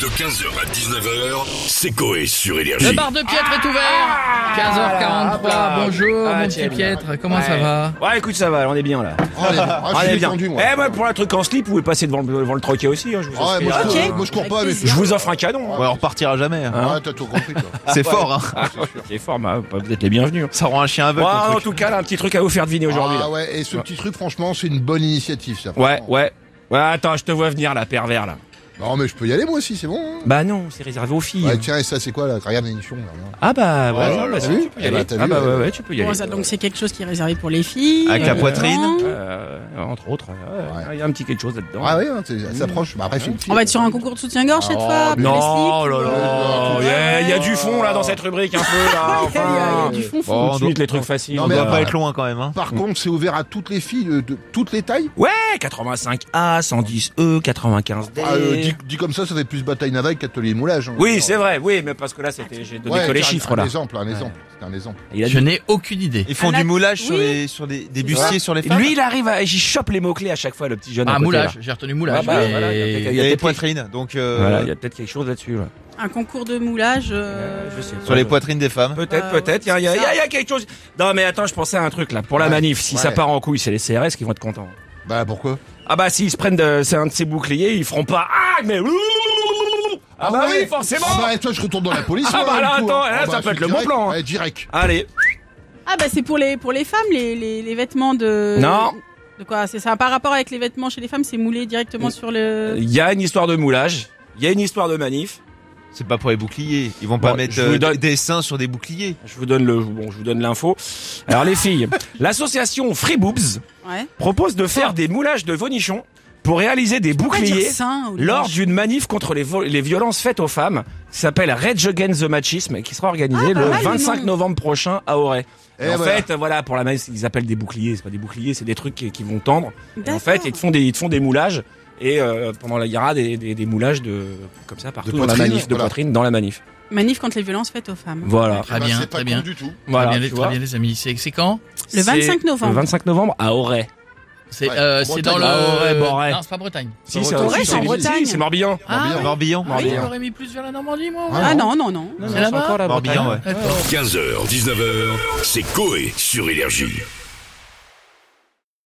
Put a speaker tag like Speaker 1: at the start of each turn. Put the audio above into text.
Speaker 1: De 15h à 19h, c'est Coé sur
Speaker 2: Le
Speaker 1: Énergie.
Speaker 2: bar de Pietre est ouvert 15h43,
Speaker 3: Ah, bah.
Speaker 2: bonjour
Speaker 3: Ah,
Speaker 2: mon
Speaker 3: tiens,
Speaker 2: petit
Speaker 3: bien.
Speaker 2: Pietre, comment ça
Speaker 3: Ouais.
Speaker 2: va
Speaker 3: Ouais, écoute, ça va, on est bien là.
Speaker 4: Ah,
Speaker 3: on
Speaker 4: je
Speaker 3: est
Speaker 4: suis
Speaker 3: bien.
Speaker 4: tendu, moi.
Speaker 3: Eh, moi, pour un truc en slip, vous pouvez passer devant, le- devant le troquet aussi. hein, je, vous offre,
Speaker 4: Ah ouais, moi, je cours, moi, je cours pas, mais
Speaker 3: je vous offre un canon. hein.
Speaker 5: Ouais, on repartira jamais. hein.
Speaker 4: Ah, t'as tout compris, toi.
Speaker 5: C'est fort, hein.
Speaker 3: C'est fort, bah, vous êtes les bienvenus. hein.
Speaker 5: Ça rend un chien aveugle.
Speaker 3: Ouais,
Speaker 5: ton
Speaker 3: en
Speaker 5: truc.
Speaker 3: tout cas, là, un petit truc à vous faire deviner aujourd'hui.
Speaker 4: Ah
Speaker 3: là.
Speaker 4: ouais, et ce petit truc, franchement, c'est une bonne initiative, ça.
Speaker 3: Ouais,
Speaker 4: franchement.
Speaker 3: ouais. Ouais, attends, je te vois venir là, pervers là.
Speaker 4: Non, mais je peux y aller, moi aussi, c'est bon. hein.
Speaker 3: Bah non, c'est réservé aux filles.
Speaker 4: Ouais, tiens, et ça, c'est quoi, là Regarde l'émission, là. hein. regarde.
Speaker 3: Ah bah, ouais, non, bah,
Speaker 4: t'as
Speaker 3: si,
Speaker 4: vu
Speaker 3: tu peux y
Speaker 4: Eh
Speaker 3: aller.
Speaker 4: bah, t'as
Speaker 3: Ah
Speaker 4: vu,
Speaker 3: bah
Speaker 4: ouais.
Speaker 3: ouais, ouais, tu peux y
Speaker 6: Bon,
Speaker 3: aller.
Speaker 6: ça, donc c'est quelque chose qui est réservé pour les filles.
Speaker 5: Avec
Speaker 6: euh,
Speaker 5: la poitrine.
Speaker 6: non.
Speaker 3: Euh, entre autres, ouais, il
Speaker 4: Ouais.
Speaker 3: y a un petit quelque chose là-dedans.
Speaker 4: Ah ouais, hein, t'es- ça s'approche. Bah, après, c'est une petite.
Speaker 6: On va être sur un concours de
Speaker 3: Ah,
Speaker 6: soutien-gorge cette
Speaker 4: Oh,
Speaker 6: fois. pour les slips.
Speaker 5: Non, oh là là.
Speaker 3: Oh, il y, a- il y a du fond là dans cette rubrique un peu là.
Speaker 6: Il y a- il y
Speaker 3: Enfin,
Speaker 6: a du fond fond.
Speaker 5: Bon,
Speaker 3: tout
Speaker 5: on
Speaker 3: de
Speaker 5: doit,
Speaker 3: suite les trucs faciles.
Speaker 4: Non,
Speaker 5: on
Speaker 4: mais
Speaker 5: doit
Speaker 4: euh,
Speaker 5: pas être loin quand même, hein.
Speaker 4: Par
Speaker 3: Mm.
Speaker 4: contre, c'est ouvert à toutes les filles euh, de, de toutes les tailles.
Speaker 3: Ouais, 85A, 110E, 95D.
Speaker 4: Ah, euh, dit, dit comme ça, ça fait plus bataille navale qu'atelier de moulage. hein.
Speaker 3: Oui, c'est vrai, oui, mais parce que là, c'était, j'ai donné
Speaker 4: Ouais,
Speaker 3: que les
Speaker 4: tiens,
Speaker 3: chiffres là.
Speaker 4: Un exemple, un exemple. C'est un exemple.
Speaker 3: Il a
Speaker 2: Je
Speaker 3: dit-
Speaker 2: n'ai aucune idée.
Speaker 5: Ils
Speaker 3: Ah,
Speaker 5: font
Speaker 6: à la-
Speaker 5: du moulage sur,
Speaker 6: Oui.
Speaker 5: les, sur des, des bustiers sur les femmes.
Speaker 3: Lui, il arrive à, j'y chope les mots-clés à chaque fois, le petit jeune. à
Speaker 2: Ah,
Speaker 3: côté,
Speaker 2: moulage,
Speaker 3: là.
Speaker 2: j'ai retenu moulage.
Speaker 3: Ah bah,
Speaker 2: mais-
Speaker 3: voilà, il y a peut-être- il y a
Speaker 5: et les
Speaker 3: peut-être-
Speaker 5: poitrines, donc euh,
Speaker 3: Voilà, il y a peut-être quelque chose là-dessus. là.
Speaker 6: Un concours de moulage. euh,
Speaker 3: Euh, je sais pas.
Speaker 5: sur les poitrines des femmes.
Speaker 3: Peut-être,
Speaker 6: Ah,
Speaker 3: peut-être. Il y a- il y, a-
Speaker 6: c'est
Speaker 3: il y a- il y a quelque chose. Non, mais attends, je pensais à un truc là. Pour la
Speaker 4: Ouais,
Speaker 3: manif, si
Speaker 4: ouais.
Speaker 3: ça part en couille, c'est les CRS qui vont être contents.
Speaker 4: Bah, pourquoi
Speaker 3: Ah bah s'ils se prennent de, c'est un de ces boucliers, ils feront pas ah mais ah bah
Speaker 4: ouais
Speaker 3: oui forcément.
Speaker 4: Ah bah, et toi, je retourne dans la police.
Speaker 3: Ah
Speaker 4: moi,
Speaker 3: bah,
Speaker 4: du
Speaker 3: là,
Speaker 4: coup,
Speaker 3: attends,
Speaker 4: hein.
Speaker 3: là, ça
Speaker 4: Ah bah,
Speaker 3: peut
Speaker 4: c'est
Speaker 3: être le bon
Speaker 4: direct.
Speaker 3: plan, hein.
Speaker 4: Ouais, direct.
Speaker 3: Allez,
Speaker 6: Ah bah c'est pour les pour les femmes les, les, les vêtements de.
Speaker 3: Non.
Speaker 6: De quoi C'est ça a pas rapport avec les vêtements chez les femmes, c'est moulé directement sur le.
Speaker 3: il y a une histoire de moulage, il y a une histoire de manif.
Speaker 5: C'est pas pour les boucliers. Ils vont pas
Speaker 3: Bon,
Speaker 5: mettre
Speaker 3: je vous
Speaker 5: euh,
Speaker 3: donne-
Speaker 5: des seins sur des boucliers.
Speaker 3: Je vous donne le bon, je vous donne l'info. Alors les filles, l'association Free Boobs
Speaker 6: Ouais.
Speaker 3: propose de faire des moulages de vos nichons pour réaliser des
Speaker 6: Pourquoi
Speaker 3: boucliers
Speaker 6: dire sein ou
Speaker 3: lors
Speaker 6: linge
Speaker 3: d'une manif contre les, vo- les violences faites aux femmes, qui s'appelle Rage Against the Machisme, et qui sera organisée
Speaker 6: Ah, pas
Speaker 3: le
Speaker 6: mal, le
Speaker 3: 25
Speaker 6: nom.
Speaker 3: novembre prochain à Auray. Et
Speaker 4: Eh,
Speaker 3: en
Speaker 4: voilà.
Speaker 3: fait, voilà, pour la manif, ils appellent des boucliers, c'est pas des boucliers, c'est des trucs qui, qui vont tendre. Et en
Speaker 6: D'accord.
Speaker 3: fait, ils te font des, ils te font des moulages. Et euh, pendant la il y aura des, des, des moulages de comme ça partout
Speaker 4: De
Speaker 3: dans la
Speaker 4: poitrine,
Speaker 3: manif, de
Speaker 4: voilà.
Speaker 3: poitrine dans la manif.
Speaker 6: Manif contre les violences faites aux femmes.
Speaker 3: Voilà.
Speaker 2: Très
Speaker 4: Bah,
Speaker 2: bien,
Speaker 4: c'est pas
Speaker 2: très
Speaker 4: con
Speaker 2: bien.
Speaker 4: du tout.
Speaker 3: Voilà.
Speaker 2: très bien,
Speaker 3: tu
Speaker 2: très
Speaker 3: vois.
Speaker 2: bien, les amis. C'est c'est quand
Speaker 6: Le 25
Speaker 3: C'est
Speaker 6: novembre.
Speaker 3: Le 25 novembre à Auray.
Speaker 2: C'est
Speaker 4: Ouais.
Speaker 2: euh, c'est dans le.
Speaker 3: Ah, ouais, bon, ouais.
Speaker 2: Non, c'est pas Bretagne.
Speaker 3: Si, c'est
Speaker 4: Bretagne.
Speaker 3: en-
Speaker 4: Auray,
Speaker 3: si,
Speaker 4: c'est en
Speaker 3: c'est-
Speaker 6: Bretagne.
Speaker 3: si, c'est Morbihan.
Speaker 2: Ah, oui.
Speaker 5: Morbihan.
Speaker 2: Ah oui,
Speaker 3: Morbihan.
Speaker 2: j'aurais mis plus vers la Normandie, moi.
Speaker 4: Ah,
Speaker 6: Ah non non non.
Speaker 2: C'est là-bas
Speaker 5: Morbihan, ouais.
Speaker 2: D'accord.
Speaker 1: 15h, 19h, c'est Coé sur Énergie.